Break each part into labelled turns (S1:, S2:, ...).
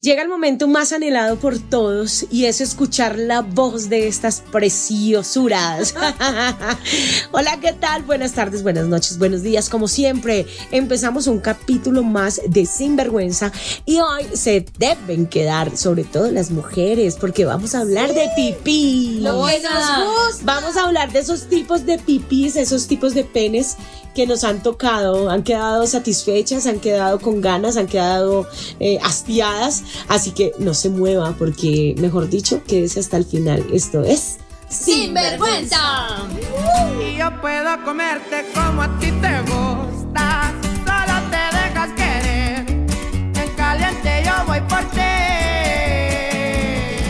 S1: Llega el momento más anhelado por todos y es escuchar la voz de estas preciosuras. Hola, ¿qué tal? Buenas tardes, buenas noches, buenos días. Como siempre, empezamos un capítulo más de Sinvergüenza y hoy se deben quedar, sobre todo las mujeres, porque vamos a hablar de pipí.
S2: Lo que nos gusta.
S1: Vamos a hablar de esos tipos de pipís, esos tipos de penes que nos han tocado, han quedado satisfechas, han quedado con ganas, han quedado eh, hastiadas. Así que no se mueva porque, mejor dicho, quédese hasta el final. Esto es
S2: Sin vergüenza.
S3: Y yo puedo comerte como a ti te gusta. Solo te dejas querer. En caliente yo voy por ti.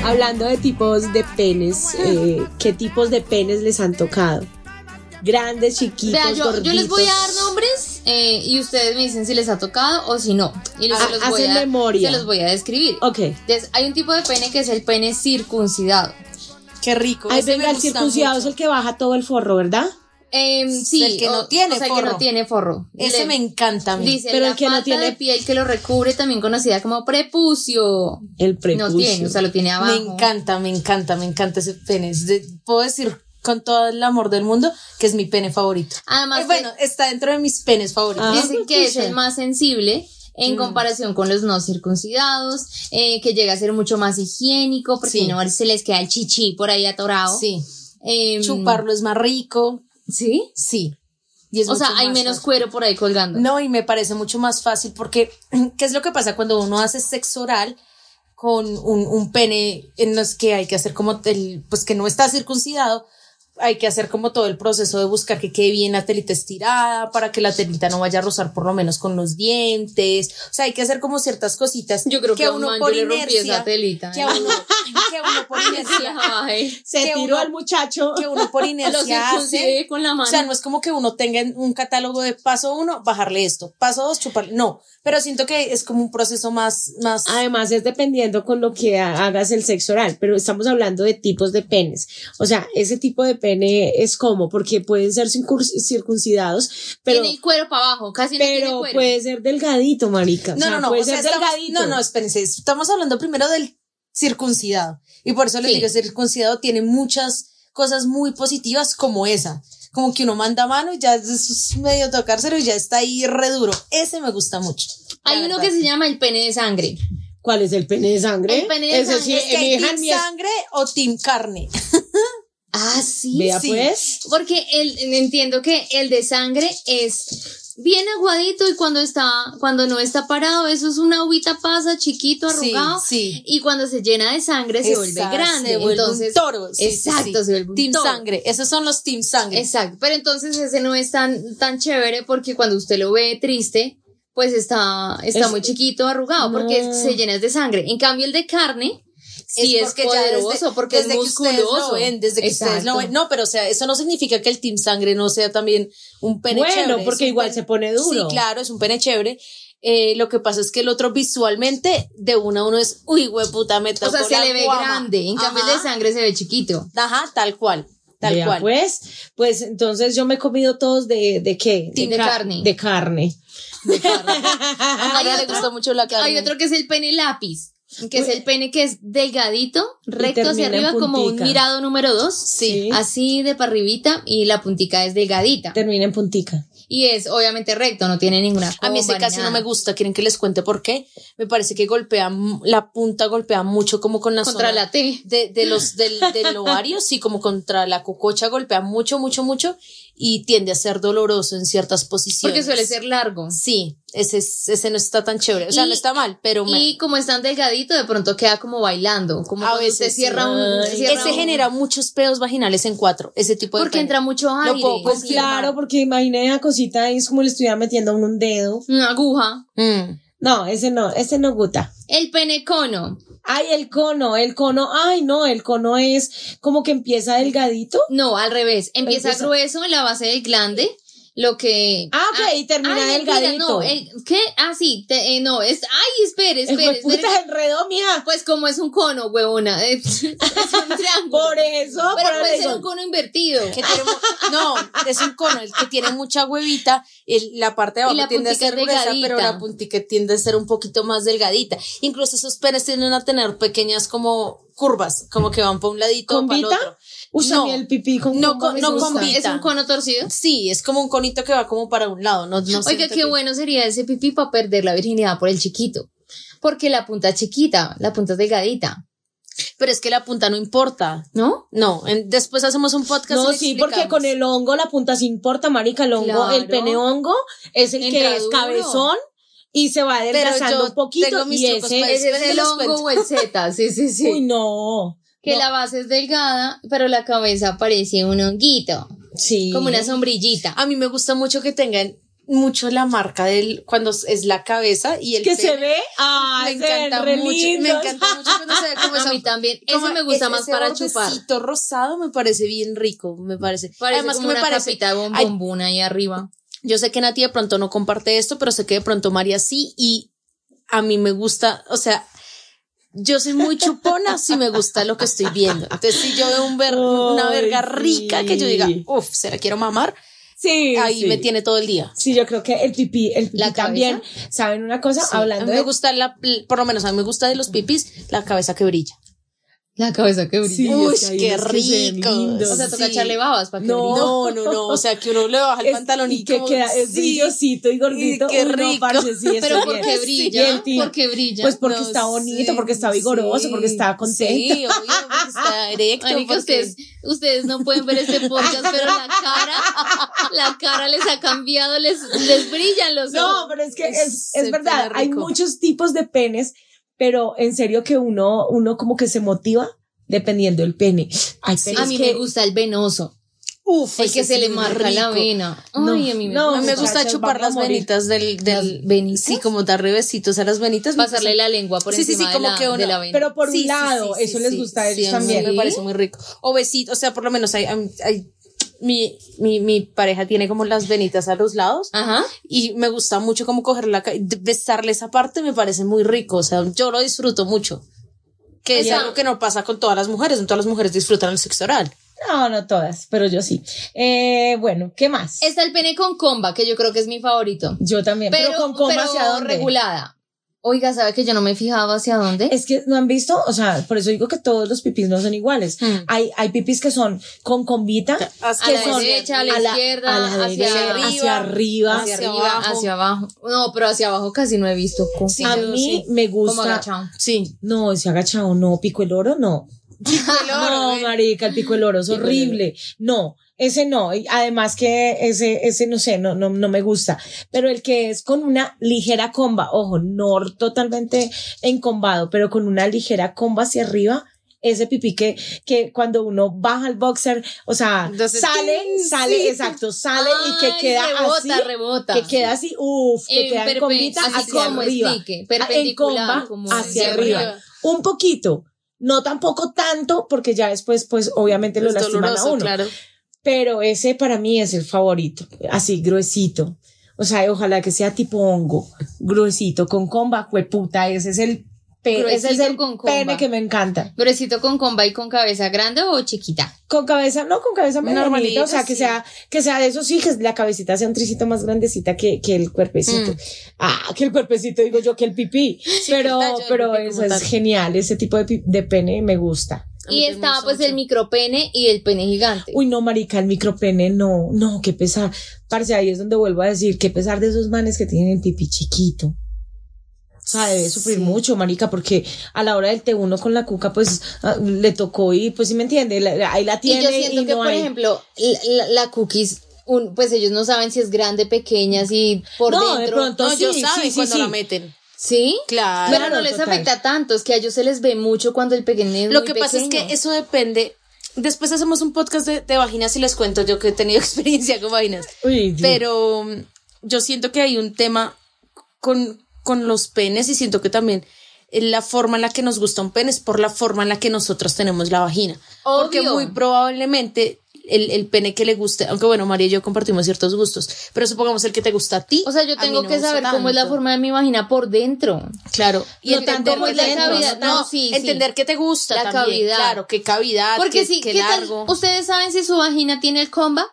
S1: Hablando de tipos de penes, eh, ¿qué tipos de penes les han tocado? Grandes, chiquitos,
S2: Vea, yo, yo les
S1: gorditos.
S2: voy a dar nombres eh, y ustedes me dicen si les ha tocado o si no. Y los,
S1: Ah,
S2: se los
S1: hacen
S2: voy a,
S1: memoria.
S2: Se los voy a describir.
S1: Ok.
S2: Entonces, hay un tipo de pene que es el pene circuncidado.
S4: Qué rico.
S1: Ahí
S4: ese me
S1: venga el
S4: gusta
S1: circuncidado, es
S4: mucho.
S1: el que baja todo el forro, ¿verdad?
S2: Em, sí,
S4: El que no
S2: o-
S4: tiene
S2: o sea, el que
S4: forro.
S2: no tiene forro.
S4: Ese
S2: Le-
S4: me encanta a mí.
S2: Dice,
S1: Pero
S2: la
S1: el que no
S2: falta
S1: tiene-
S2: de piel que lo recubre, también conocida como prepucio.
S1: El prepucio.
S2: No tiene, o sea, lo tiene abajo.
S4: me encanta, me encanta, me encanta ese pene. Es de- puedo decir con todo el amor del mundo que es mi pene favorito.
S2: Además pues,
S4: Eh, bueno, está dentro de mis penes favoritos.
S1: Ah.
S2: Dicen que es
S1: pucha.
S2: el más sensible
S4: Mm.
S2: en comparación con los no circuncidados, eh, que llega a ser mucho más higiénico porque
S4: Sí.
S2: no se les queda el chichi por ahí atorado.
S4: Sí.
S2: Em,
S4: Chuparlo es más rico.
S2: Sí.
S4: Sí. Y es
S2: O sea,
S4: mucho
S2: hay
S4: más
S2: menos
S4: fácil.
S2: cuero por ahí colgando.
S4: No, y me parece mucho más fácil porque, ¿qué es lo que pasa cuando uno hace sexo oral con un, un pene en los que hay que hacer como el, pues que no está circuncidado? Hay que hacer como todo el proceso de buscar que quede bien la telita estirada para que la telita no vaya a rozar por lo menos con los dientes. O sea, hay que hacer como ciertas cositas.
S2: Yo creo que a un man yo le rompí esa telita,
S4: Que
S2: ¿eh?
S4: a uno, que a uno por inercia.
S2: Ay,
S1: Se
S4: Que
S1: tiró
S4: uno-
S1: al muchacho.
S4: Que uno por
S2: lo
S4: inercia hace.
S2: circuncide con la mano.
S4: O sea, no es como que uno tenga en un catálogo de paso uno, bajarle esto, paso dos, chuparle. No, pero siento que es como un proceso más, más.
S1: Además es dependiendo con lo que ha- hagas el sexo oral, pero estamos hablando de tipos de penes. O sea, ese tipo de pene es como, porque pueden ser circun- circuncidados, pero,
S2: tiene el cuero para abajo, casi no tiene
S1: pero
S2: cuero.
S4: pues,
S1: puede ser delgadito, marica. O
S4: no,
S1: sea,
S4: no, no.
S1: Puede
S4: o sea,
S1: ser
S4: estamos-
S1: delgadito.
S4: no, no, espérense. Estamos hablando primero del circuncidado. Y por eso les
S2: Sí.
S4: digo, el circuncidado tiene muchas cosas muy positivas como esa. Como que uno manda mano y ya es medio tocárselo y ya está ahí re duro. Ese me gusta mucho.
S2: hay
S4: la
S2: uno que
S4: verdad.
S2: se llama el pene de sangre.
S1: ¿Cuál es el pene de sangre?
S2: El pene de
S1: Eso sí,
S2: sangre,
S4: Es que
S1: mi
S4: hay
S1: hija
S4: team
S1: ni es-
S4: sangre o team carne.
S2: Ah, sí.
S1: Vea
S4: sí.
S1: pues.
S2: Porque el, entiendo que el de sangre es bien aguadito y cuando está, cuando no está parado, eso es una agüita pasa chiquito,
S4: Sí,
S2: arrugado.
S4: sí.
S2: Y cuando se llena de sangre se
S4: Esa-
S2: vuelve grande.
S4: se vuelve
S2: entonces,
S4: un toro. sí, sí,
S2: exacto,
S4: sí.
S2: se vuelve un
S4: Team
S2: toro.
S4: sangre. Esos son los team sangre.
S2: Exacto. Pero entonces ese no es tan, tan chévere porque cuando usted lo ve triste, pues está, está
S1: Es-
S2: muy chiquito, arrugado, porque
S1: No.
S2: se llena es de sangre. En cambio, el de carne. Sí, es,
S4: ya desde-
S2: poderoso porque
S4: desde
S2: es
S4: que ustedes
S2: musculoso.
S4: lo ven, desde que ustedes lo
S2: Exacto.
S4: ven. No, pero o sea, eso no significa que el team sangre no sea también un pene
S1: Bueno,
S4: chévere. es
S1: porque
S4: un
S1: igual
S4: pene-
S1: se pone duro.
S4: Sí, claro, es un pene chévere. Eh, lo que pasa es que el otro visualmente de uno a uno es, uy, hueputa, me
S2: O
S4: tocó
S2: sea, se
S4: la
S2: le ve
S4: guama".
S2: grande. En cambio, el
S4: Ajá.
S2: de sangre se ve chiquito.
S4: Ajá, tal cual, tal
S1: Vea
S4: cual.
S1: Pues, pues entonces yo me he comido todos de, de qué?
S2: Team de
S1: ca-
S2: carne.
S1: De carne.
S4: De carne. A María le
S2: otro-
S4: gustó mucho la carne.
S2: Hay otro que es el pene lápiz, que es el pene que es delgadito, recto
S1: termina
S2: hacia
S1: en
S2: arriba, como un
S1: puntica.
S2: mirado número dos.
S1: Sí.
S2: Así de parribita y la puntica es delgadita.
S1: Termina en puntica.
S2: Y es obviamente recto, no tiene ninguna
S4: A
S2: comba
S4: mí ese
S2: ni
S4: casi no
S2: nada.
S4: me gusta. ¿Quieren que les cuente por qué? Me parece que golpea, mu- la punta golpea mucho como con la
S2: Contra
S4: zona
S2: la T.
S4: De, de los, del, del ovario, sí, como contra la cococha golpea mucho, mucho, mucho y tiende a ser doloroso en ciertas posiciones.
S2: Porque suele ser largo.
S4: Sí, ese, es- ese no está tan chévere. O sea,
S2: Y-
S4: no está mal, pero me-
S2: Y como es tan delgadito, de pronto queda como bailando. Como
S4: A
S2: cuando
S4: veces
S2: usted
S4: sí.
S2: cierra un.
S1: Ay.
S2: cierra
S4: ese
S2: un-
S4: genera muchos pedos vaginales en cuatro, ese tipo de
S2: Porque
S4: pene.
S2: entra mucho
S4: Lo
S2: aire.
S4: puedo
S1: Pues
S4: confirmar.
S1: claro, porque imaginé a cosita ahí, es como le estuviera metiendo a uno un dedo.
S2: Una aguja.
S4: Mm.
S1: No, ese no, ese no gusta.
S2: El pene cono.
S1: Ay, el cono, el cono, ay no, el cono es como que empieza delgadito.
S2: No, al revés. Empieza,
S1: Empieza-
S2: grueso en la base del glande lo que...
S1: Ah, ok, y termina
S2: ay, mentira,
S1: delgadito.
S2: no, eh, ¿Qué? Ah, sí, te- eh, no, es... Ay, espere, espere, espere.
S1: puta enredó, mija.
S2: Pues como es un cono, huevona. Es un triángulo.
S1: Por eso,
S2: Pero
S1: por
S2: puede
S1: eso.
S2: ser un cono invertido.
S4: que tiene mu- no, es un cono, el que tiene mucha huevita, el- la parte de
S2: Y
S4: abajo
S2: la
S4: tiende a
S2: puntica
S4: ser
S2: es
S4: gruesa,
S2: delgadita.
S4: pero la puntica tiende a ser un poquito más delgadita. Incluso esos penes tienden a tener pequeñas como curvas, como que van para un ladito o para el
S1: ¿Convita?
S4: otro.
S1: Usa
S4: No.
S1: el pipí con
S4: No,
S1: con-
S4: con- no
S1: me gusta.
S4: convita.
S2: ¿Es un cono torcido?
S4: Sí, es como un conito que va como para un lado, no, no
S2: Oiga,
S4: siento
S2: qué
S4: que-
S2: bueno sería ese pipí para perder la virginidad por el chiquito. Porque la punta es chiquita, la punta es delgadita,
S4: Pero es que la punta no importa.
S2: ¿no?
S4: No, en- después hacemos un podcast. y
S1: No,
S4: le
S1: sí, porque
S4: explicamos.
S1: con el hongo la punta sí importa, marica, el hongo, el
S2: Claro.
S1: pene hongo es el que
S2: Entra
S1: es
S2: duro.
S1: cabezón y se va adelgazando
S4: yo
S1: un poquito
S4: tengo mis
S1: y
S4: trucos
S1: ese
S4: para
S2: Ese es
S4: después
S2: el
S4: les
S2: hongo
S4: cuento.
S2: o el Z, sí, sí, sí.
S1: Uy, no.
S2: que
S1: no.
S2: la base es delgada, pero la cabeza parece un honguito,
S1: Sí.
S2: como una sombrillita.
S4: A mí me gusta mucho que tengan mucho la marca del cuando es la cabeza y el
S1: que se
S4: pene.
S1: ve. Ay,
S4: me encanta mucho, me encanta mucho cuando se ve como
S2: A
S4: esa-
S2: mí también.
S4: pues como
S2: Ese me gusta
S4: ese-
S2: más
S4: ese
S2: para chupar.
S4: bordecito rosado me parece bien rico, me parece.
S2: Parece
S4: Además
S2: como
S4: que me
S2: una
S4: parece
S2: capita de
S4: ay,
S2: bombombón ahí arriba.
S4: yo sé que Nati de pronto no comparte esto, pero sé que de pronto María sí y a mí me gusta, o sea, yo soy muy chupona si me gusta lo que estoy viendo. Entonces, si yo veo un ver- una
S1: Ay,
S4: verga rica que yo diga,
S1: sí.
S4: uff, se la quiero mamar,
S1: Sí.
S4: ahí
S1: sí.
S4: me tiene todo el día.
S1: Sí, yo creo que el pipí, el pipí
S2: ¿La
S1: también. ¿Saben una cosa?
S4: Sí, a
S1: Hablando
S4: mí me
S1: de.
S4: gusta la, por lo menos a mí me gusta de los pipis la cabeza que brilla.
S2: La cabeza que brilla.
S1: Sí,
S4: Uy,
S1: es que hay
S4: qué
S1: unos que se ven
S4: rico.
S1: lindos.
S2: o sea, toca
S4: sí.
S2: echarle babas para que
S1: No.
S2: brille.
S4: No, no, no, o sea, que uno le baja el
S1: Es-
S4: pantalón y,
S1: y que
S4: como-
S1: queda es
S4: sí.
S1: brillosito y gordito.
S4: qué
S1: Uy, no,
S4: rico.
S1: parce, sí, eso
S2: Pero
S1: bien.
S2: porque
S1: Sí,
S2: brilla,
S1: el tío.
S2: porque brilla.
S1: Pues porque
S4: No
S1: está bonito,
S4: sé,
S1: porque está vigoroso,
S4: sí.
S1: porque está contento.
S4: Sí, obvio, porque está erecto.
S2: Marica,
S4: porque-
S2: ustedes, ustedes no pueden ver este podcast, pero la cara, la cara les ha cambiado, les, les brillan los
S1: No,
S2: ojos.
S1: pero es que
S4: Es-
S1: es,
S4: se
S1: es verdad,
S4: pone
S1: hay
S4: rico.
S1: muchos tipos de penes, pero en serio que uno, uno como que se motiva dependiendo del pene. Hay penes
S2: a mí
S1: que-
S2: me gusta el venoso,
S4: Uf,
S2: el que
S4: ese
S2: se
S4: es
S2: le
S4: muy
S2: marca la
S4: rico.
S2: vena. Ay,
S1: No,
S2: a mí me
S1: no,
S4: A mí me
S2: gusta.
S1: muchachos,
S4: gusta chupar
S1: van a
S4: las
S1: morir.
S4: venitas del, del
S2: ¿Las venitas?
S4: Sí, como darle besitos a las venitas. me
S2: pasarle
S4: parece-
S2: la lengua por
S4: Sí, sí, sí,
S2: encima de,
S4: como
S2: la,
S4: que uno-
S2: de la vena.
S1: Pero por
S4: Sí,
S1: un
S4: sí,
S1: lado,
S4: sí, sí,
S1: eso les
S4: sí.
S1: gusta a ellos
S4: Sí, mí
S1: también.
S4: Me parece muy rico. O besitos, o sea, por lo menos hay, hay- hay- mi, mi, mi pareja tiene como las venitas a los lados.
S2: Ajá.
S4: Y me gusta mucho como coger la ca- de- besarle esa parte me parece muy rico, o sea, yo lo disfruto mucho. Que es
S2: Ya.
S4: algo que no pasa con todas las mujeres, no todas las mujeres disfrutan el sexo oral.
S1: No, no todas, pero yo sí. Eh, bueno, ¿qué más?
S2: Está el pene con comba, que yo creo que es mi favorito.
S1: yo también, pero,
S2: Pero,
S1: con coma
S2: pero
S1: hacia dónde.
S2: regulada. Oiga, ¿sabe que yo no me he fijado hacia dónde?
S1: Es que no han visto, o sea, por eso digo que todos los pipis no son iguales.
S2: Hmm.
S1: Hay, hay pipis que son con combita,
S4: Así
S2: a
S1: que
S2: la
S1: son
S2: derecha, a la izquierda, hacia
S1: derecha,
S2: arriba,
S1: hacia arriba.
S4: hacia
S2: hacia,
S4: arriba,
S2: arriba, hacia abajo. No, pero hacia abajo casi no he visto. Como,
S4: Sí,
S1: a
S4: yo
S1: mí
S4: sí.
S1: me
S2: como
S1: gusta.
S2: agachado.
S4: Sí.
S1: No, ese agachado, no, pico el oro, no. No, marica, el pico el oro es
S4: Pico el
S1: horrible. No, ese no. y Además que ese, ese no sé, no, no, no me gusta. Pero el que es con una ligera comba, ojo, no totalmente encombado, pero con una ligera comba hacia arriba. Ese pipí que, que cuando uno baja el boxer, o sea,
S4: Entonces,
S1: sale,
S4: ¡ting!
S1: sale,
S4: Sí.
S1: exacto, sale y que
S2: Ay,
S1: queda
S2: rebota,
S1: así,
S2: rebota.
S1: que queda así, uff, que
S2: En
S1: queda en
S2: perpe-
S1: combita
S2: así
S1: hacia
S2: como
S1: arriba, Ah,
S2: estique,
S1: en
S2: perpendicular,
S1: comba
S2: como
S1: hacia
S2: hacia
S1: arriba.
S2: arriba.
S1: un poquito, no tampoco tanto, porque ya después, pues obviamente lo
S4: es
S1: lastiman a
S4: doloroso,
S1: uno,
S4: claro.
S1: pero ese para mí es el favorito, así gruesito, o sea, ojalá que sea tipo hongo, gruesito, con comba, jueputa, ese es el, pe- ese es
S2: Gruesito
S1: el
S2: con comba.
S1: pene que me encanta.
S2: Gruesito con comba y con cabeza grande o chiquita.
S1: Con cabeza, no, con cabeza
S4: Normalita,
S1: normalita, o sea, que
S4: sí.
S1: sea, que sea de esos sí, que la cabecita sea un tricito más grandecita que, que el cuerpecito. Ah, que el cuerpecito, digo yo, que el pipí. pero,
S4: el tallo del
S1: pero
S4: pipí como
S1: eso es
S4: tal.
S1: genial, ese tipo de, pi- de pene me gusta.
S4: A
S2: Y
S4: mí también me
S2: está
S4: gusta
S2: pues
S4: mucho.
S2: el micropene y el pene gigante.
S1: Uy, no, marica, el micropene, no, no, qué pesar. Parce, ahí es donde vuelvo a decir, qué pesar de esos manes que tienen el pipí chiquito. O sea, debe sufrir
S4: Sí.
S1: mucho, marica, porque a la hora del té uno con la cuca, pues ah, le tocó y, pues, sí me entiende, La- la- ahí la
S2: y
S1: tiene y,
S2: yo siento que,
S1: no
S2: por
S1: hay.
S2: ejemplo, la, la- la cookies, un- pues ellos no saben si es grande, pequeña, si por
S1: No, de
S2: dentro.
S1: pronto.
S4: No, yo
S1: Sí,
S4: saben
S1: sí, sí,
S4: cuando
S1: sí.
S4: la meten.
S2: Sí,
S4: Claro.
S2: Pero
S1: Claro,
S2: no les
S1: total.
S2: afecta tanto, es que a ellos se les ve mucho cuando el pequeño es
S4: Lo
S2: muy
S4: que pasa es
S2: pequeño.
S4: que eso depende. Después hacemos un podcast de, de vaginas y les cuento yo que he tenido experiencia con vaginas.
S1: Uy, Dios.
S4: Pero mm, yo siento que hay un tema con, con los penes y siento que también eh, la forma en la que nos gusta un pene es por la forma en la que nosotros tenemos la vagina. Porque
S2: Obvio.
S4: muy probablemente el, el pene que le guste, aunque bueno, María y yo compartimos ciertos gustos, pero supongamos el que te gusta a ti.
S2: O sea, yo
S4: a
S2: tengo que
S4: mí no me gusta
S2: saber cómo es la
S4: tanto.
S2: forma de mi vagina por dentro.
S4: Claro. Y
S2: No
S4: entender
S2: tanto
S4: cómo
S2: por
S4: es la
S2: dentro,
S4: cavidad.
S2: no,
S4: No,
S2: sí, sí.
S4: entender qué te gusta
S2: La
S4: también,
S2: cavidad.
S4: Claro, qué cavidad,
S2: Porque
S4: Ah, qué,
S2: sí,
S4: qué
S2: ¿qué tal?
S4: largo.
S2: ¿Ustedes saben si su vagina tiene el comba?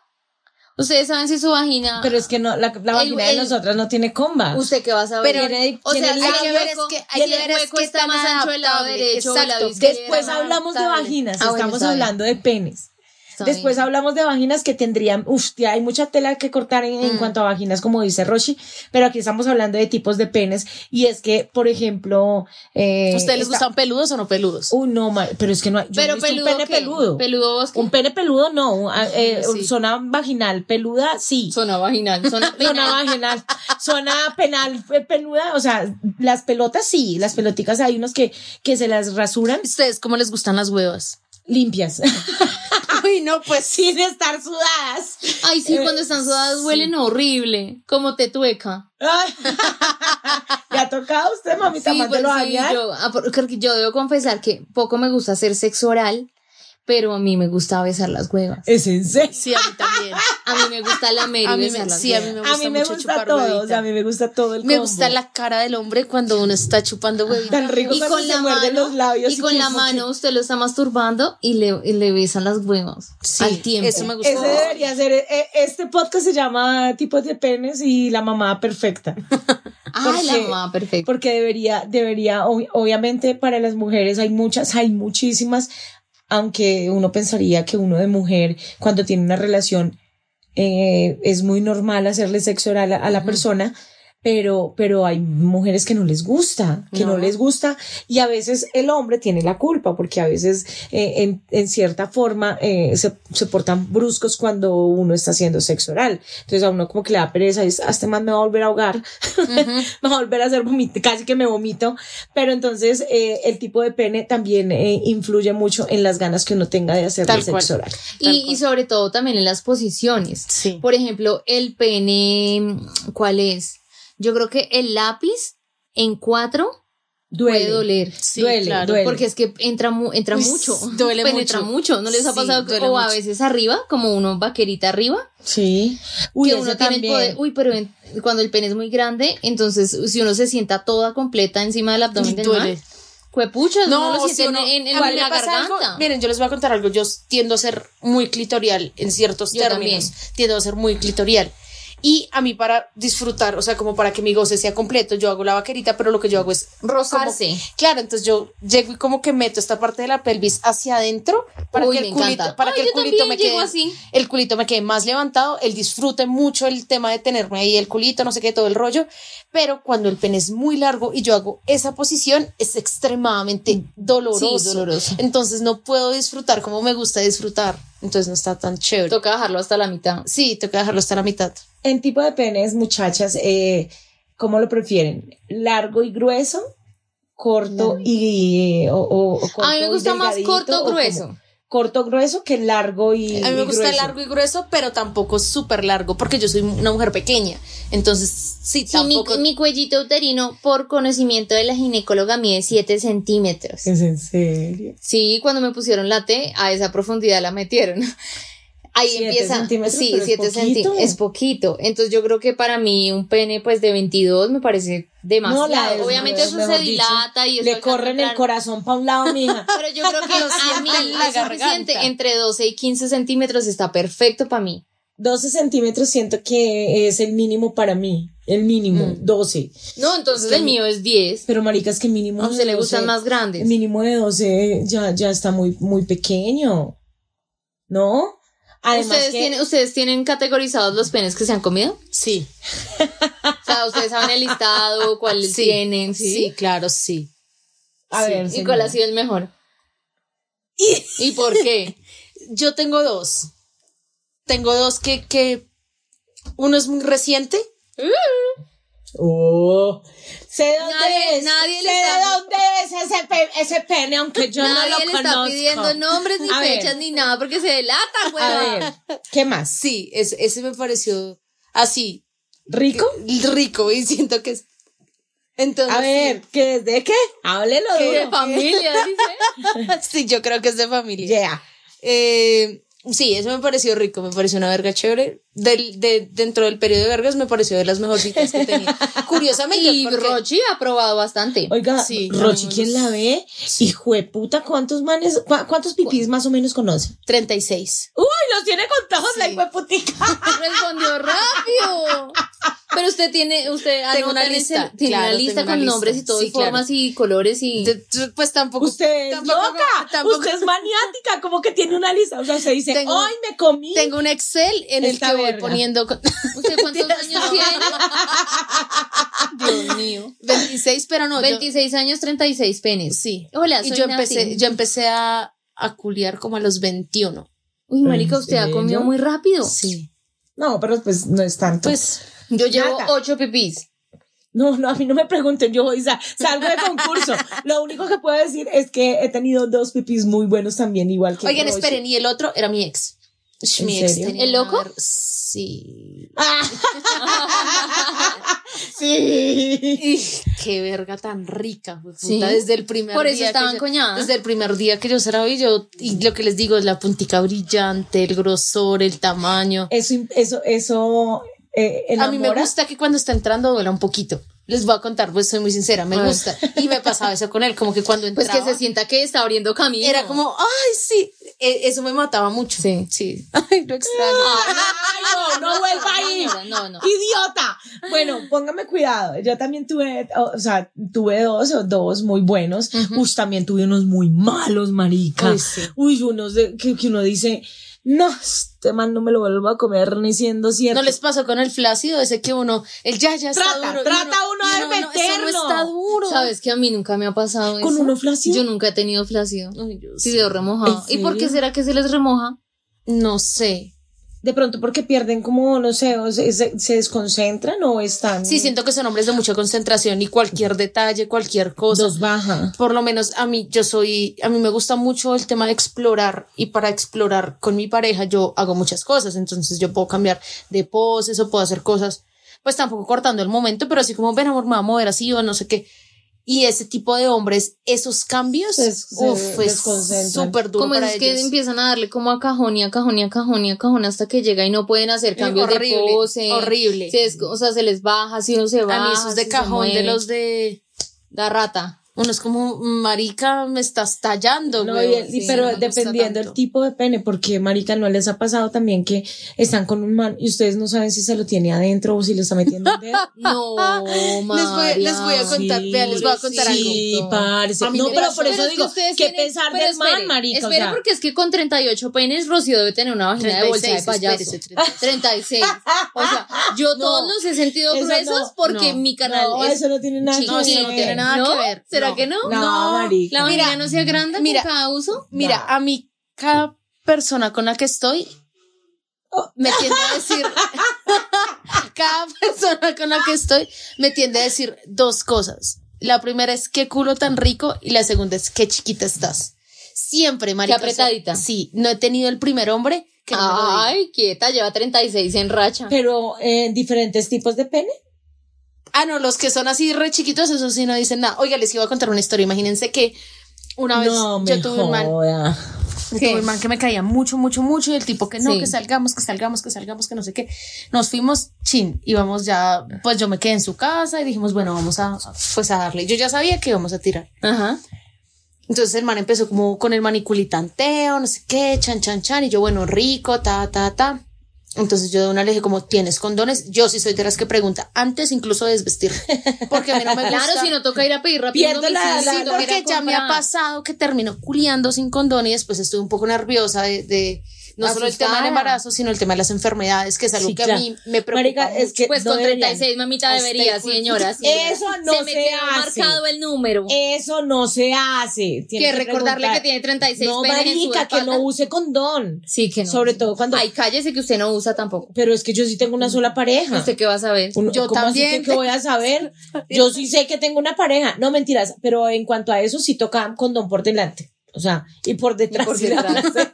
S2: ¿Ustedes saben si su vagina...
S1: Pero es que no, la, la vagina
S2: el-
S1: de nosotras no tiene comba.
S2: ¿Usted qué va a saber?
S1: Pero-
S2: o sea,
S1: tiene
S2: hay
S1: la-
S2: que ver es que hay que ver es que está
S4: tan
S2: más ancho del lado
S4: adaptable.
S2: derecho o del lado
S4: Exacto.
S2: izquierdo.
S1: Después
S4: era
S1: hablamos de
S4: adaptable.
S1: vaginas,
S2: Ah, bueno,
S1: estamos
S2: está bien.
S1: hablando de penes.
S2: Está bien.
S1: Después hablamos de vaginas que tendrían, uff, hay mucha tela que cortar en,
S2: Mm.
S1: en cuanto a vaginas, como dice Roshi, pero aquí estamos hablando de tipos de penes y es que, por ejemplo, eh,
S4: ¿A ¿Ustedes les
S1: está-
S4: gustan peludos o no peludos?
S1: Uy, no, ma- pero es que no hay, yo no he
S2: Pero
S1: visto
S2: peludo
S1: un pene
S2: qué?
S1: peludo.
S2: Peludo vos qué?
S1: Un pene peludo no, un- ah, eh,
S4: Sí.
S1: zona vaginal peluda sí.
S2: Zona vaginal, zona
S1: Zona
S2: penal.
S1: vaginal, zona penal, eh, peluda, o sea, las pelotas sí, las peloticas hay unos que, que se las rasuran
S4: ¿Ustedes cómo les gustan las huevas?
S1: limpias,
S4: Uy, no, pues
S1: sin estar sudadas.
S2: Ay, sí,
S1: Eh,
S2: cuando están sudadas huelen horrible, como tetueca.
S1: Ay. ¿Le ha tocado a usted, mamita?
S2: Sí, pues
S1: mándelo a
S2: sí,
S1: bañar?
S2: yo, ah, por- creo que yo debo confesar que poco me gusta hacer sexo oral, pero a mí me gusta besar las huevas.
S1: Es en serio.
S4: Sí, a mí también.
S2: A mí me gusta lamer
S4: A
S2: y
S4: mí
S2: besar
S4: me-
S2: las
S4: sí, a mí
S2: huevas.
S4: me
S1: A
S4: gusta
S1: mí me
S4: mucho
S1: gusta
S4: chupar
S1: todo,
S4: huevita.
S1: o sea, a mí me gusta todo el
S4: Me
S1: combo.
S4: gusta la cara del hombre cuando uno está chupando huevita.
S1: Tan rico cuando se muerden los labios.
S2: y con la
S1: como que-
S2: mano usted lo está masturbando y le, y le besan las huevas
S4: Sí,
S2: al tiempo.
S4: eso me gusta.
S1: Ese debería ser, eh, este podcast se llama Tipos de penes y la mamá perfecta.
S2: Ay, la
S1: Porque-
S2: mamá, perfecto.
S1: Porque debería, debería, ob- obviamente para las mujeres hay muchas, hay muchísimas, aunque uno pensaría que uno de mujer cuando tiene una relación eh, es muy normal hacerle sexo oral a, a la persona. Pero, pero hay mujeres que no les gusta, que no.
S4: No.
S1: les gusta, y a veces el hombre tiene la culpa, porque a veces eh, en, en cierta forma eh, se, se portan bruscos cuando uno está haciendo sexo oral. Entonces a uno como que le da pereza y dice, "Ah, este man me va a volver a ahogar, me va a volver a hacer vomito, casi que me vomito. Pero entonces eh, el tipo de pene también eh, influye mucho en las ganas que uno tenga de hacer
S4: Tal
S1: sexo
S4: cual.
S1: oral.
S4: Tal
S2: Y, y sobre todo también en las posiciones.
S4: Sí.
S2: Por ejemplo, el pene, ¿cuál es? Yo creo que el lápiz en cuatro
S1: Duele.
S2: puede doler.
S4: Sí,
S1: duele,
S4: claro,
S1: duele.
S2: Porque es que entra, mu- entra
S4: Uy,
S2: mucho,
S4: duele
S2: penetra mucho.
S4: mucho.
S2: ¿No les ha
S4: Sí,
S2: pasado? que-
S4: duele
S2: o a
S4: mucho.
S2: veces arriba, como uno vaquerita arriba,
S1: Sí. Uy,
S2: que
S1: ese
S2: uno tiene
S1: también.
S2: el poder. Uy, pero en- cuando el pene es muy grande, entonces si uno se sienta toda completa encima del abdomen del
S4: Duele.
S2: man, cuepuchas,
S4: No,
S2: uno lo
S4: si
S2: siente
S4: uno-
S2: en, en-
S4: a mí
S2: en
S4: me
S2: la
S4: pasa
S2: garganta.
S4: algo- miren, yo les voy a contar algo. Yo tiendo a ser muy clitorial en ciertos
S2: Yo
S4: términos.
S2: también.
S4: Tiendo a ser muy clitorial. Y a mí para disfrutar, o sea, como para que mi goce sea completo, yo hago la vaquerita, pero lo que yo hago es
S2: Rozarse.
S4: como- claro, entonces yo llego y como que meto esta parte de la pelvis hacia adentro para
S2: Uy,
S4: que el
S2: me
S4: culito,
S2: encanta.
S4: para
S2: Ay,
S4: que el
S2: yo
S4: culito
S2: también
S4: me
S2: llego
S4: quede
S2: así.
S4: el culito me quede más levantado, el disfrute mucho el tema de tenerme ahí el culito, no sé qué, todo el rollo, pero cuando el pene es muy largo y yo hago esa posición es extremadamente doloroso.
S2: Sí, doloroso.
S4: Entonces no puedo disfrutar como me gusta disfrutar, entonces no está tan chévere.
S2: Toca bajarlo hasta la mitad.
S4: sí, toca dejarlo hasta la mitad.
S1: En tipo de penes, muchachas, eh, ¿cómo lo prefieren? ¿Largo y grueso? ¿Corto y.? eh, O, o- o corto
S2: A mí me
S1: y
S2: gusta más
S1: delgadito,
S2: corto,
S1: o como-
S2: grueso.
S1: Corto, grueso que largo y.
S4: A mí me
S1: y
S4: gusta
S1: grueso.
S4: largo y grueso, pero tampoco súper largo, porque yo soy una mujer pequeña. Entonces, sí,
S2: Sí, mi,
S4: tampoco.
S2: mi cuellito uterino, por conocimiento de la ginecóloga, mide 7 centímetros.
S1: ¿Es en serio?
S2: Sí, cuando me pusieron la T, a esa profundidad la metieron. Ahí
S1: Siete
S2: empieza.
S1: centímetros,
S2: sí,
S1: pero es
S2: 7
S1: poquito.
S2: centímetros. Es poquito. Entonces yo creo que para mí un pene pues de 22 me parece demasiado.
S1: des-
S2: Obviamente eso
S1: mejor
S2: se
S1: dicho,
S2: dilata y eso
S1: Le
S2: alcanza a
S1: corren el
S2: entrar.
S1: corazón para un lado, mija.
S2: Pero yo creo que a mí
S4: siente en la
S2: es suficiente.
S4: garganta.
S2: Entre 12 y 15 centímetros está perfecto para mí.
S1: 12 centímetros siento que es el mínimo para mí. El mínimo,
S2: Mm.
S1: 12.
S2: No, entonces el mío es 10.
S1: Pero maricas que mínimo.
S2: A usted le
S1: de
S2: gustan
S1: 12,
S2: más grandes.
S1: El mínimo de 12 ya, ya está muy, muy pequeño. ¿No? Además
S2: ¿Ustedes,
S1: que-
S2: tienen, ¿Ustedes tienen categorizados los penes que se han comido?
S4: Sí,
S2: O sea, ustedes saben el listado, cuáles
S4: Sí,
S2: tienen,
S4: sí,
S2: ¿sí?
S4: claro, sí.
S1: A ver,
S2: ¿Y
S1: señora.
S2: cuál ha sido el mejor? ¿Y, por qué?
S4: Yo tengo dos. Tengo dos que, que uno es muy reciente.
S1: Oh. Sé dónde
S2: Nadie-
S1: es.
S2: nadie
S1: sé
S2: le está-
S1: dónde es ese, pe- ese pene, aunque yo no
S2: Nadie
S1: lo
S2: le
S1: conozco.
S2: está pidiendo nombres ni
S1: A ver,
S2: fechas ni nada porque se delata, güey.
S1: A ver, ¿qué más?
S4: Sí, es- ese me pareció así,
S1: ¿Rico?
S4: rico y siento que es. Entonces,
S1: A ver, ¿qué, ¿de qué? Háblelo
S2: De
S1: duro.
S2: familia, dice.
S4: sí, yo creo que es de familia.
S1: Yeah.
S4: Eh, Sí, eso me pareció rico, me pareció una verga chévere. Del, de, dentro del periodo de vergas me pareció de las mejorcitas que tenía. Curiosamente,
S2: Y
S4: porque-
S2: Rochi ha probado bastante.
S1: Oiga,
S4: Sí,
S1: Rochi,
S4: no,
S1: ¿quién la ve? Hijo de puta, ¿cuántos manes, cua- cuántos pipís más o menos conoce?
S4: 36.
S1: Uy, los tiene contados la
S4: Sí.
S1: hijo de putica.
S2: Ah, Respondió rápido. Pero usted tiene, usted
S4: Tengo
S2: anota
S4: una
S2: en el
S4: lista,
S2: cel- tiene
S4: claro,
S2: una lista
S4: tengo
S2: con
S4: una
S2: nombres y
S4: lista.
S2: todo,
S4: Sí,
S2: y formas y colores y.
S4: De- t- Pues tampoco.
S1: Usted es
S4: tampoco-
S1: loca,
S4: tampoco-
S1: usted es maniática, como que tiene una lista. O sea, se dice,
S4: Tengo-
S1: hoy me comí.
S4: Tengo un Excel en el
S1: Esta
S4: que voy
S1: verga.
S4: poniendo con-
S2: ¿Usted cuántos años tiene? Dios mío.
S4: 26, pero no. yo-
S2: 26 años, 36 penes.
S4: sí.
S2: Hola,
S4: y
S2: soy
S4: yo
S2: Nati.
S4: empecé, yo empecé a, a culiar como a los 21.
S2: Uy, marica, usted ha
S1: ¿En
S2: comido
S1: serio?
S2: muy rápido.
S4: Sí.
S1: No, pero pues no es tanto.
S4: Pues
S2: Yo llevo
S1: Nata.
S2: ocho pipis.
S1: No, no, a mí no me pregunten, yo voy, sa- salgo de concurso. Lo único que puedo decir es que he tenido dos pipis muy buenos también, igual que
S4: Oigan,
S1: Rochi.
S4: esperen, y el otro era mi ex. Ush,
S1: ¿En
S4: mi ex
S1: serio?
S4: tenía
S2: ¿El
S4: una
S2: loco?
S4: ver- Sí.
S1: Sí.
S4: Y qué verga tan rica, fue puta,
S2: Sí.
S4: desde el primer
S2: Por eso
S4: día que
S2: estaban
S4: yo-
S2: coñadas.
S4: Desde el primer día que yo y yo y lo que les digo es la puntica brillante, el grosor, el tamaño.
S1: Eso, eso, eso. eh,
S4: A mí me
S1: enamora.
S4: gusta que cuando está entrando duela un poquito. Les voy a contar, pues soy muy sincera, me
S2: A ver.
S4: gusta. Y me pasaba eso con él, como que cuando
S2: Pues
S4: entraba
S2: que se sienta que está abriendo camino.
S4: era como, ay, sí, E- eso me mataba mucho.
S2: Sí.
S4: sí. Ah, Ay, lo extraño.
S1: Ay, no, no vuelva ahí.
S2: No, no.
S1: ¡Idiota! Bueno, póngame cuidado. Yo también tuve, o o sea, tuve dos, o dos muy buenos. Uy, también tuve unos muy malos, marica.
S4: Uy, sí.
S1: Uy, unos de, que, que uno dice, no, este man no me lo vuelvo a comer ni siendo cierto.
S4: ¿No les pasó con el flácido ese que uno, el ya, ya está
S1: Trata,
S4: duro? y
S1: trata uno
S4: y
S1: de
S4: no, eso
S1: meterlo.
S4: no está duro.
S2: ¿Sabes que a mí nunca me ha pasado
S1: ¿Con
S2: eso?
S1: uno flácido?
S2: Yo nunca he tenido flácido.
S4: Ay, yo
S2: Sí,
S4: sí.
S2: de remojado.
S1: ¿En
S2: ¿Y por qué
S1: serio?
S2: será que se les remoja?
S4: No sé.
S1: De pronto porque pierden como, no sé, o se, se- se desconcentran o están.
S4: Sí, siento que son hombres de mucha concentración y cualquier detalle, cualquier cosa.
S1: Dos baja.
S4: Por lo menos a mí, yo soy, a mí me gusta mucho el tema de explorar y para explorar con mi pareja yo hago muchas cosas, entonces yo puedo cambiar de poses o puedo hacer cosas, pues tampoco cortando el momento, pero así como, ven amor, me voy a mover así o no sé qué. Y ese tipo de hombres, esos cambios,
S1: Se- se
S4: uf, es
S1: desconcentran.
S4: súper duro
S2: Como
S4: para
S2: esos que
S4: ellos.
S2: empiezan a darle como a cajón y a cajón y a cajón y a cajón hasta que llega y no pueden hacer cambios
S4: horrible,
S2: de pose.
S4: horrible.
S2: Se des- o sea, se les baja, si uno se
S4: A
S2: baja.
S1: Ah,
S4: mí esos
S2: si
S4: de
S2: se
S4: cajón, de
S2: mueve.
S4: los de...
S2: Da rata.
S4: Uno es como, marica, me estás tallando,
S1: No,
S4: weón".
S1: y el- y-
S4: Sí,
S1: pero
S4: no me gusta
S1: dependiendo del
S4: tanto.
S1: tipo de pene, porque marica, ¿no les ha pasado también que están con un man y ustedes no saben si se lo tiene adentro o si le está metiendo un dedo?
S2: No,
S4: Les voy, les voy a
S2: María.
S4: contar, vean, les voy a contar
S1: sí,
S4: algo.
S1: parce.
S2: Ah,
S4: A mí
S1: No,
S4: me
S1: pero
S4: pasó.
S1: por eso
S2: es que
S1: digo,
S2: ustedes
S1: qué
S2: tienen-
S1: pensar
S2: pero
S1: del man,
S2: espere,
S1: marica. o
S2: espere,
S1: sea.
S2: porque es que con 38 peines Rocío debe tener una vagina de bolsa de
S4: 36,
S2: payaso.
S4: espérese,
S2: 36. O sea, yo todos los he sentido
S1: eso
S2: gruesos
S1: no,
S2: porque
S4: no,
S2: mi canal
S1: no,
S2: es
S1: eso no tiene nada
S2: chiquito.
S1: que
S4: No, eso
S1: ver.
S4: no tiene nada
S2: ¿No?
S4: que ver.
S2: ¿Será
S4: No.
S2: que no?
S1: No, marica.
S2: La vagina no se agranda
S4: mira.
S2: con cada uso.
S4: Mira,
S1: No.
S4: a mí cada persona con la que estoy
S1: Oh.
S4: me tiende a decir cada persona con la que estoy me tiende a decir dos cosas. La primera es qué culo tan rico y la segunda es qué chiquita estás. Siempre, marica. o sea,
S2: apretadita.
S4: sí, no he tenido el primer hombre que no me lo
S1: Ah,
S4: diga.
S2: Ay, quieta, lleva 36 en racha.
S1: Pero eh, diferentes tipos de pene.
S4: Ah, no, los que son así re chiquitos, esos sí no dicen nada. Oiga, les iba a contar una historia. Imagínense que una vez
S1: no, me
S4: yo tuve un man
S1: joda.
S4: Yo
S2: ¿Qué?
S4: tuve un man que me caía mucho, mucho, mucho, y el tipo que no,
S2: Sí.
S4: que salgamos, que salgamos, que salgamos, que no sé qué. Nos fuimos, chin, íbamos ya, pues yo me quedé en su casa y dijimos, bueno, vamos a, pues a darle. Yo ya sabía que íbamos a tirar.
S2: Ajá.
S4: Entonces el man empezó como con el maniculitanteo, no sé qué, chan, chan, chan, y yo, bueno, rico, ta, ta, ta. Entonces yo de una le dije como, ¿tienes condones? Yo sí soy de las que pregunta, antes incluso de desvestir, porque a mí no me gusta.
S2: Claro, si no toca ir a pedir rápido.
S1: Pierdo la-
S2: domicilio,
S1: la-
S2: si
S4: Sí,
S2: toca ir a
S4: porque ya me ha
S2: comprar.
S4: pasado que termino culiando sin condón y después estuve un poco nerviosa de, de no solo el tema del
S2: Asustada.
S4: embarazo, sino el tema de las enfermedades, que es algo
S1: Sí,
S4: que a
S1: claro.
S4: mí me preocupa.
S1: Marica, es
S4: mucho.
S1: que
S2: Pues
S1: no
S2: con
S1: deberían.
S2: 36, mamita,
S4: Hasta
S2: debería,
S4: el cu-
S2: señora. sí,
S1: Eso
S2: debería.
S1: no
S2: se me
S1: se
S2: quedó
S1: hace.
S2: marcado el número.
S1: Eso no se hace. Tiene
S2: que recordarle
S1: preguntar.
S2: que tiene 36
S1: No,
S2: penes en su
S1: marica, que
S2: espalda.
S1: no use condón.
S2: Sí, que no.
S1: Sobre todo cuando.
S2: Ay, cállese que usted no usa tampoco.
S1: Pero es que yo sí tengo una sola pareja.
S2: ¿Usted qué va a saber?
S1: Ah. Uno-
S4: Yo
S1: ¿cómo así
S4: también.
S1: que qué voy a saber? Yo sí sé que tengo una pareja. No, mentiras. Pero en cuanto a eso, sí toca condón por delante. O sea, y por detrás.
S2: por
S1: sí
S2: detrás.
S1: la-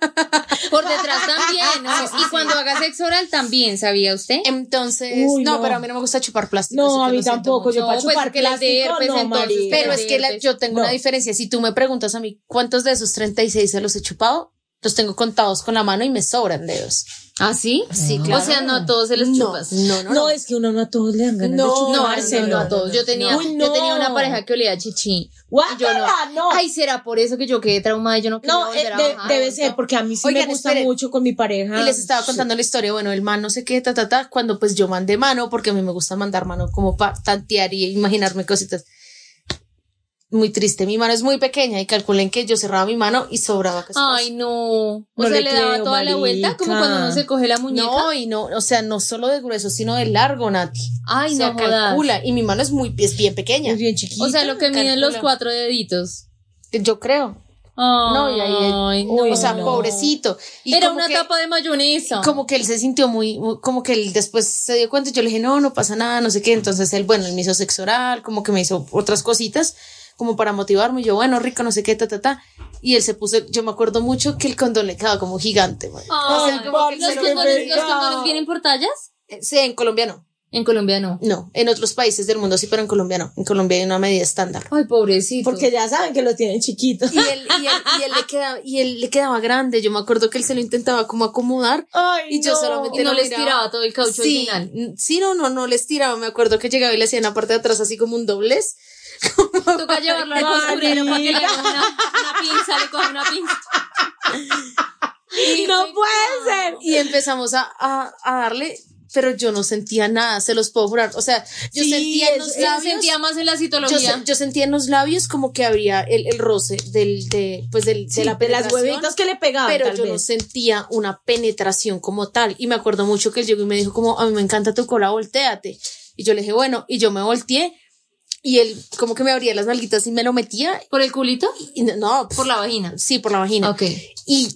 S2: Por detrás también. ¿no? Y cuando haga sexo oral también, ¿sabía usted?
S4: Entonces,
S1: Uy,
S4: no,
S1: no.
S4: pero a mí no me gusta chupar plástico.
S1: No,
S4: así que
S1: a mí
S4: lo siento
S1: tampoco.
S4: mucho.
S1: Yo para
S2: No, pues,
S1: chupar
S2: que les dé
S1: plástico,
S2: herpes,
S1: no,
S2: entonces,
S1: marica.
S4: Pero es que la- yo tengo
S1: No.
S4: una diferencia. Si tú me preguntas a mí cuántos de esos 36 se los he chupado, los tengo contados con la mano y me sobran dedos.
S2: ¿Ah, sí?
S4: Sí, claro.
S2: O sea, no a todos se les chupas.
S4: No,
S1: No, es que uno no a todos le dan ganas de
S4: No,
S2: No,
S1: chuparse.
S2: no, no, a todos. Yo tenía,
S1: Uy,
S2: yo
S1: no.
S2: tenía una pareja que olía a chichi. Y yo
S1: Guácala, no.
S2: Ay, será por eso que yo quedé traumada y yo no quería
S1: No, eh,
S2: volver a
S1: de-
S2: bajar?
S1: debe ser, porque a mí sí
S4: Oigan,
S1: me gusta
S4: esperen.
S1: mucho con mi pareja.
S4: Y
S2: Ah,
S4: les estaba contando la historia, bueno, el man no sé qué, ta, ta, ta, cuando pues yo mandé mano, porque a mí me gusta mandar mano como para tantear y imaginarme cositas. Muy triste, mi mano es muy pequeña y calculen que yo cerraba mi mano y sobraba casi.
S2: Ay, no. O
S1: No
S2: sea,
S1: le
S2: le, daba
S1: creo,
S2: toda la vuelta, como
S1: marica.
S2: cuando uno se coge la muñeca.
S4: No, y no, o sea, no solo de grueso, sino de largo, Nati.
S2: Ay,
S4: O sea,
S2: no jodas.
S4: calcula. Y mi mano es muy es bien pequeña.
S1: Es pues, bien chiquita.
S2: O sea, lo que miden los
S4: calcula.
S2: cuatro deditos.
S4: Yo creo. No, y ahí.
S2: Ay, no.
S4: o sea,
S1: no.
S4: pobrecito. Y
S2: Era
S4: como
S2: una
S4: que-
S2: tapa de mayonesa.
S4: Como que él se sintió muy, muy- como que él después se dio cuenta y yo le dije, no, no pasa nada, no sé qué. Entonces él, bueno, él me hizo sexo oral, como que me hizo otras cositas, como para motivarme. Y yo, bueno, rico, no sé qué, ta, ta, ta. Y él se puso, yo me acuerdo mucho que el condón le quedaba como gigante. man.
S2: Ay,
S4: o sea, como que
S2: ¿Los
S4: se-
S2: condones, los
S1: pegado.
S2: condones vienen por tallas?
S4: Eh, Sí, en Colombia no.
S2: En Colombia no.
S4: No, en otros países del mundo sí, pero en Colombia no. En Colombia hay una medida estándar.
S2: Ay, pobrecito.
S1: Porque ya saben que lo tienen chiquito.
S4: y él, y él- y él le quedaba, y él le quedaba grande. Yo me acuerdo que él se lo intentaba como acomodar.
S1: Ay,
S4: Y yo
S1: no.
S4: solamente
S2: y no
S4: lo
S2: les
S4: miraba.
S2: tiraba todo el caucho al
S4: Sí,
S2: final.
S4: n- sí, no, no, no les tiraba. Me acuerdo que llegaba y le hacían la parte de atrás así como un doblez.
S2: Toca llevarlo al costurero para que le haga una, una pinza, le coja una pinza.
S1: No puede ser.
S4: Y empezamos a, a- a darle, pero yo no sentía nada, se los puedo jurar. O sea, yo
S1: Sí,
S4: sentía en
S1: eso-
S4: los
S1: eso
S2: La
S4: labios.
S2: sentía más en la
S4: yo,
S2: citología.
S4: se- yo sentía en los labios como que habría el, el roce del, de, pues del, de la
S1: de las
S4: penetración.
S1: huevitas que le pegaban.
S4: pero
S1: tal
S4: yo
S1: vez.
S4: no sentía una penetración como tal. Y me acuerdo mucho que él llegó y me dijo como, a mí me encanta tu cola, volteate. Y yo le dije, bueno, y yo me volteé y él como que me abría las nalguitas y me lo metía.
S2: ¿Por el culito?
S4: Y no, no,
S2: Por la vagina.
S4: sí, por la vagina.
S2: Ok.
S4: Y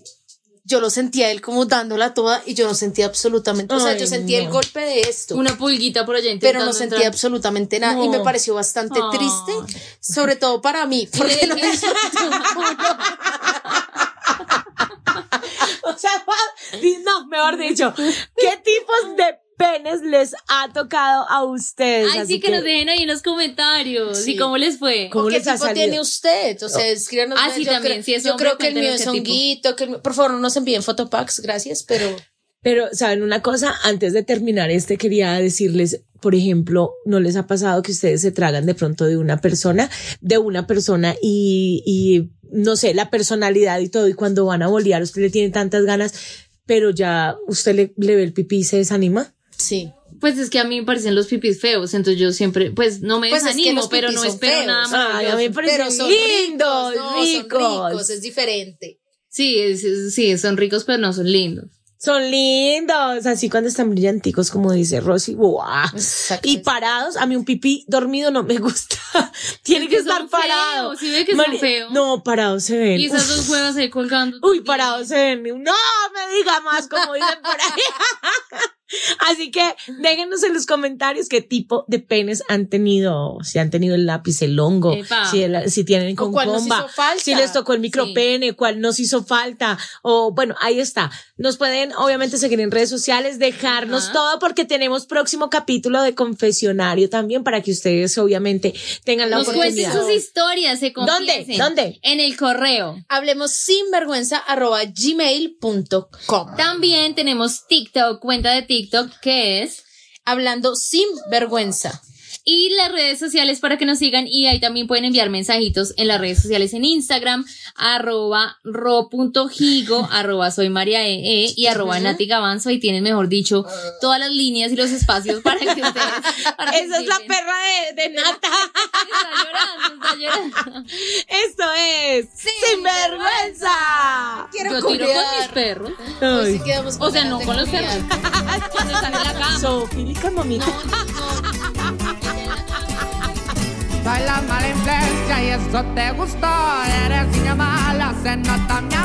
S4: yo lo sentía a él como dándola toda y yo no sentía absolutamente, o sea,
S1: Ay,
S4: yo sentía
S1: no.
S4: el golpe de esto.
S2: Una pulguita por allá
S4: pero
S2: intentando
S4: no sentía
S2: entrar.
S4: absolutamente nada y
S1: No.
S4: me pareció bastante
S2: Ay.
S4: triste, sobre todo para mí, porque no me
S1: O sea, di- no, mejor dicho, ¿qué tipos de penes les ha tocado a ustedes?
S2: Ay,
S1: Así
S2: sí, que, nos dejen ahí en los comentarios.
S4: Sí.
S2: ¿Y cómo les fue?
S1: ¿Cómo
S4: ¿O qué
S1: les ha
S4: tipo
S1: salido?
S4: tiene usted? O sea, escríbanos.
S2: Ah,
S4: más.
S2: sí,
S4: yo
S2: también,
S4: creo,
S2: si es
S4: yo
S2: hombre,
S4: creo que el mío
S2: cuéntenos
S4: es
S2: qué tipo.
S4: honguito. Que el mío- por favor, no nos envíen fotopacks, gracias, pero
S1: Pero, ¿saben una cosa? Antes de terminar este, quería decirles, por ejemplo, ¿no les ha pasado que ustedes se tragan de pronto de una persona, de una persona y, y no sé, la personalidad y todo, y cuando van a bolear, usted le tiene tantas ganas, pero ya usted le, le ve el pipí y se desanima?
S4: sí.
S2: Pues es que a mí me parecen los pipis feos, entonces yo siempre, pues no me
S4: Pues es que
S2: desanimo,
S4: los
S2: pero
S4: pipis
S2: no
S4: son
S2: espero
S4: feos.
S2: nada más.
S1: Ay, a mí me
S4: Pero
S1: parecen
S4: son
S1: lindos,
S4: ricos, no,
S1: ricos.
S4: Son ricos, es diferente.
S2: Sí, es- es- sí, son ricos, pero no son lindos.
S1: Son lindos, así cuando están brillanticos, como dice Rosy. ¡buah!
S4: Exacto.
S1: Y parados, a mí un pipí dormido no me gusta. Tiene que
S2: que son
S1: estar parado.
S2: feos, sí ve que son
S1: Mari-
S2: feos.
S1: No, parados se ven.
S2: Y esas
S1: Uf.
S2: dos huevas ahí colgando.
S1: Uy, parados se ven. No me diga más, como dicen por ahí. Así que déjenos en los comentarios qué tipo de penes han tenido, si han tenido el lápiz, el hongo,
S2: Epa.
S1: si, el- si tienen con
S4: cuál nos
S1: comba,
S4: hizo falta.
S1: si les tocó el micropene, cuál nos hizo falta, o bueno, ahí está. Nos pueden obviamente seguir en redes sociales, dejarnos
S2: Ajá.
S1: todo porque tenemos próximo capítulo de confesionario también para que ustedes obviamente tengan la
S2: Nos cuenten
S1: oportunidad.
S2: sus historias, se
S1: ¿Dónde?
S2: confiesen.
S1: ¿Dónde?
S2: En el correo.
S4: Hablemos sinvergüenza arroba gmail.com.
S2: También tenemos TikTok, cuenta de TikTok, que es
S4: Hablando sinvergüenza.
S2: y las redes sociales para que nos sigan y ahí también pueden enviar mensajitos en las redes sociales en Instagram arroba ro.higo arroba soy María E, E, y arroba Nati Gavanzo y tienen mejor dicho todas las líneas y los espacios para que ustedes
S1: Esa es la
S2: participen.
S1: perra de, de Nata.
S2: está llorando, está llorando.
S1: Esto es Sinvergüenza.
S4: Quiero
S2: Yo tiro con mis
S4: culiar.
S2: perros.
S4: Hoy
S1: Ay.
S4: sí quedamos
S2: O sea,
S4: ganas
S2: no
S4: de
S2: con los
S4: culiar.
S2: perros. Cuando están en la cama.
S1: Zoofílica, mamita.
S3: Soy la mala influencia y eso te gustó. Eres niña mala, se nota mi